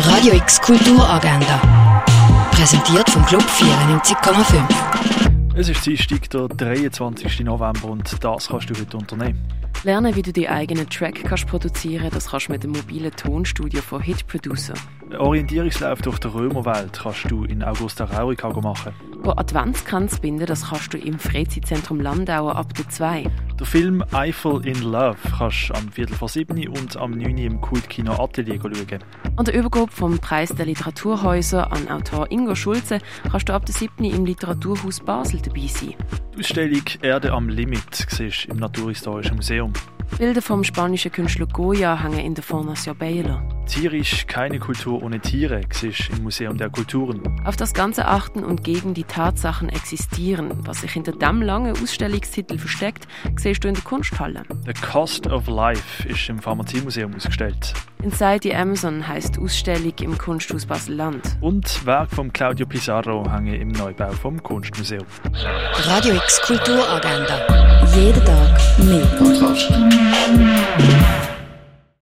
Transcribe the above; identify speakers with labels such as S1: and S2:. S1: Radio X Kulturagenda. Präsentiert vom Club 94,5.
S2: Es ist Dienstag, der 23. November und das kannst du heute unternehmen.
S3: Lernen, wie du die eigenen Track kannst produzieren kannst, das kannst du mit dem mobilen Tonstudio von Hit Producer.
S2: Einen Orientierungslauf durch die Römerwelt kannst du in Augusta Raurica machen.
S3: Go Adventskranz binden, das kannst du im Freizeitzentrum Landauer ab der 2.
S2: Der Film Eiffel in Love kannst du am Viertel vor 7 und am 9 im Kultkino Atelier schauen.
S3: An der Übergabe vom Preis der Literaturhäuser an Autor Ingo Schulze kannst du ab der 7 im Literaturhaus Basel dabei sein.
S2: Die Ausstellung Erde am Limit siehst du im Naturhistorischen Museum.
S3: Bilder vom spanischen Künstler Goya hängen in der Fondation Baylor.
S2: Tierisch keine Kultur ohne Tiere siehst du im Museum der Kulturen.
S3: Auf das Ganze achten und gegen die Tatsachen existieren. Was sich hinter dem langen Ausstellungstitel versteckt, siehst du in der Kunsthalle.
S2: The Cost of Life ist im Pharmaziemuseum ausgestellt.
S3: Inside the Amazon heißt Ausstellung im Kunsthaus Basel-Land.
S2: Und Werk von Claudio Pizarro hängen im Neubau vom Kunstmuseum.
S1: Radio X Kulturagenda. Jeden Tag mehr.